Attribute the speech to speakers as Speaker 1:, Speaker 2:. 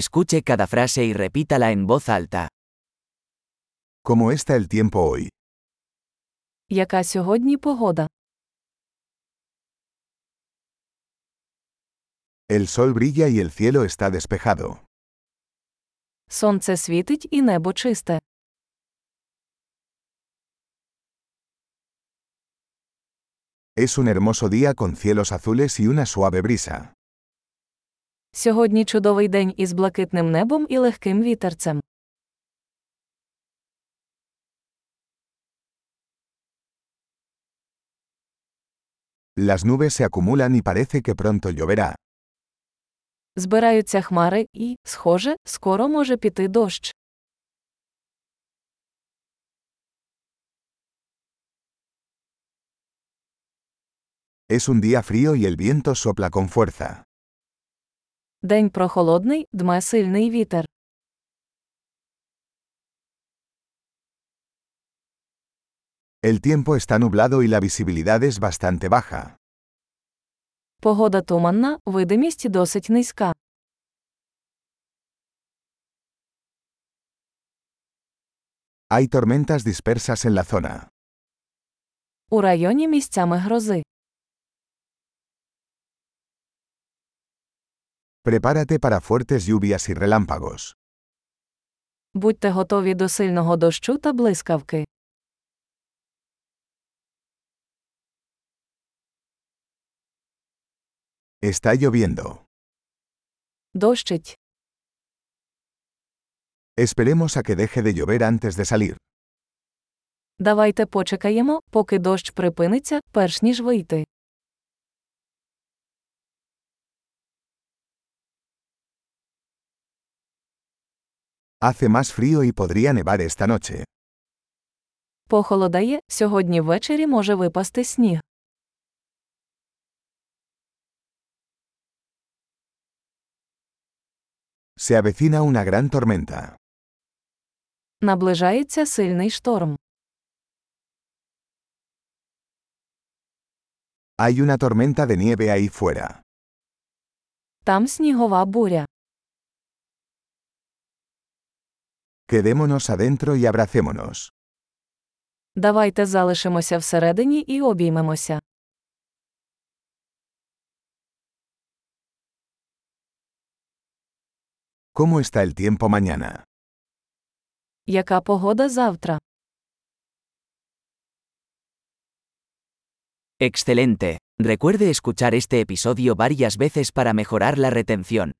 Speaker 1: Escuche cada frase y repítala en voz alta.
Speaker 2: ¿Cómo está el tiempo hoy?
Speaker 3: Яка сьогодні погода?
Speaker 2: El sol brilla y el cielo está despejado.
Speaker 3: Сонце світить і небо чисте.
Speaker 2: Es un hermoso día con cielos azules y una suave brisa.
Speaker 3: Сьогодні чудовий день із блакитним небом і легким вітерцем.
Speaker 2: Las nubes se acumulan y parece que pronto lloverá.
Speaker 3: Збираються хмари і, схоже, скоро може піти дощ.
Speaker 2: Es un día frío y el viento sopla con fuerza.
Speaker 3: День прохолодний, дме сильний вітер.
Speaker 2: El tiempo está nublado y la visibilidad es bastante baja.
Speaker 3: Погода туманна, видимість досить низька.
Speaker 2: Hay tormentas dispersas en la zona.
Speaker 3: У районі місцями грози.
Speaker 2: Prepárate para fuertes lluvias y relámpagos.
Speaker 3: Будьте готові до сильного дощу та блискавки.
Speaker 2: Está lloviendo.
Speaker 3: Дощить.
Speaker 2: Esperemos a que deje de llover antes de salir.
Speaker 3: Давайте почекаємо, поки дощ припиниться, перш ніж вийти.
Speaker 2: Hace más frío y podría nevar esta noche.
Speaker 3: Похолодає, сьогодні ввечері може випасти сніг.
Speaker 2: Se avecina una gran tormenta.
Speaker 3: Наближається сильний шторм.
Speaker 2: Hay una tormenta de nieve ahí fuera.
Speaker 3: Там снігова буря.
Speaker 2: Quedémonos adentro y abracémonos.
Speaker 3: Давайте залишимося всередині і обіймемося.
Speaker 2: ¿Cómo está el tiempo mañana?
Speaker 3: Яка погода завтра?
Speaker 1: Excelente. Recuerde escuchar este episodio varias veces para mejorar la retención.